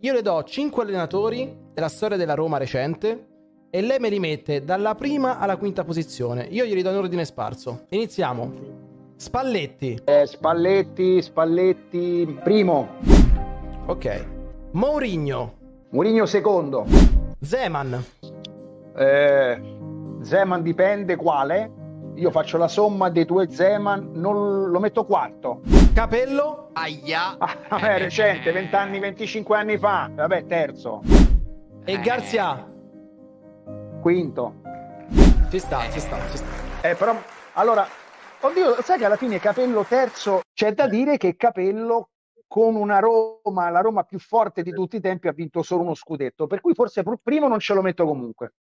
Io le do 5 allenatori della storia della Roma recente e lei me li mette dalla prima alla quinta posizione. Io glieli do in ordine sparso. Iniziamo. Spalletti, Eh, Spalletti, Spalletti primo, ok. Mourinho, Mourinho secondo, Zeman, eh, Zeman dipende quale, io faccio la somma dei due Zeman, non lo metto quarto, Capello, Aia. ah, è recente, 20 anni, 25 anni fa, vabbè terzo, E Garzia. quinto, Ci sta, ci sta, ci sta. eh, però allora, oddio, sai che alla fine Capello terzo, c'è da dire che Capello con una Roma, la Roma più forte di tutti i tempi, ha vinto solo uno scudetto, per cui forse pr- primo non ce lo metto comunque.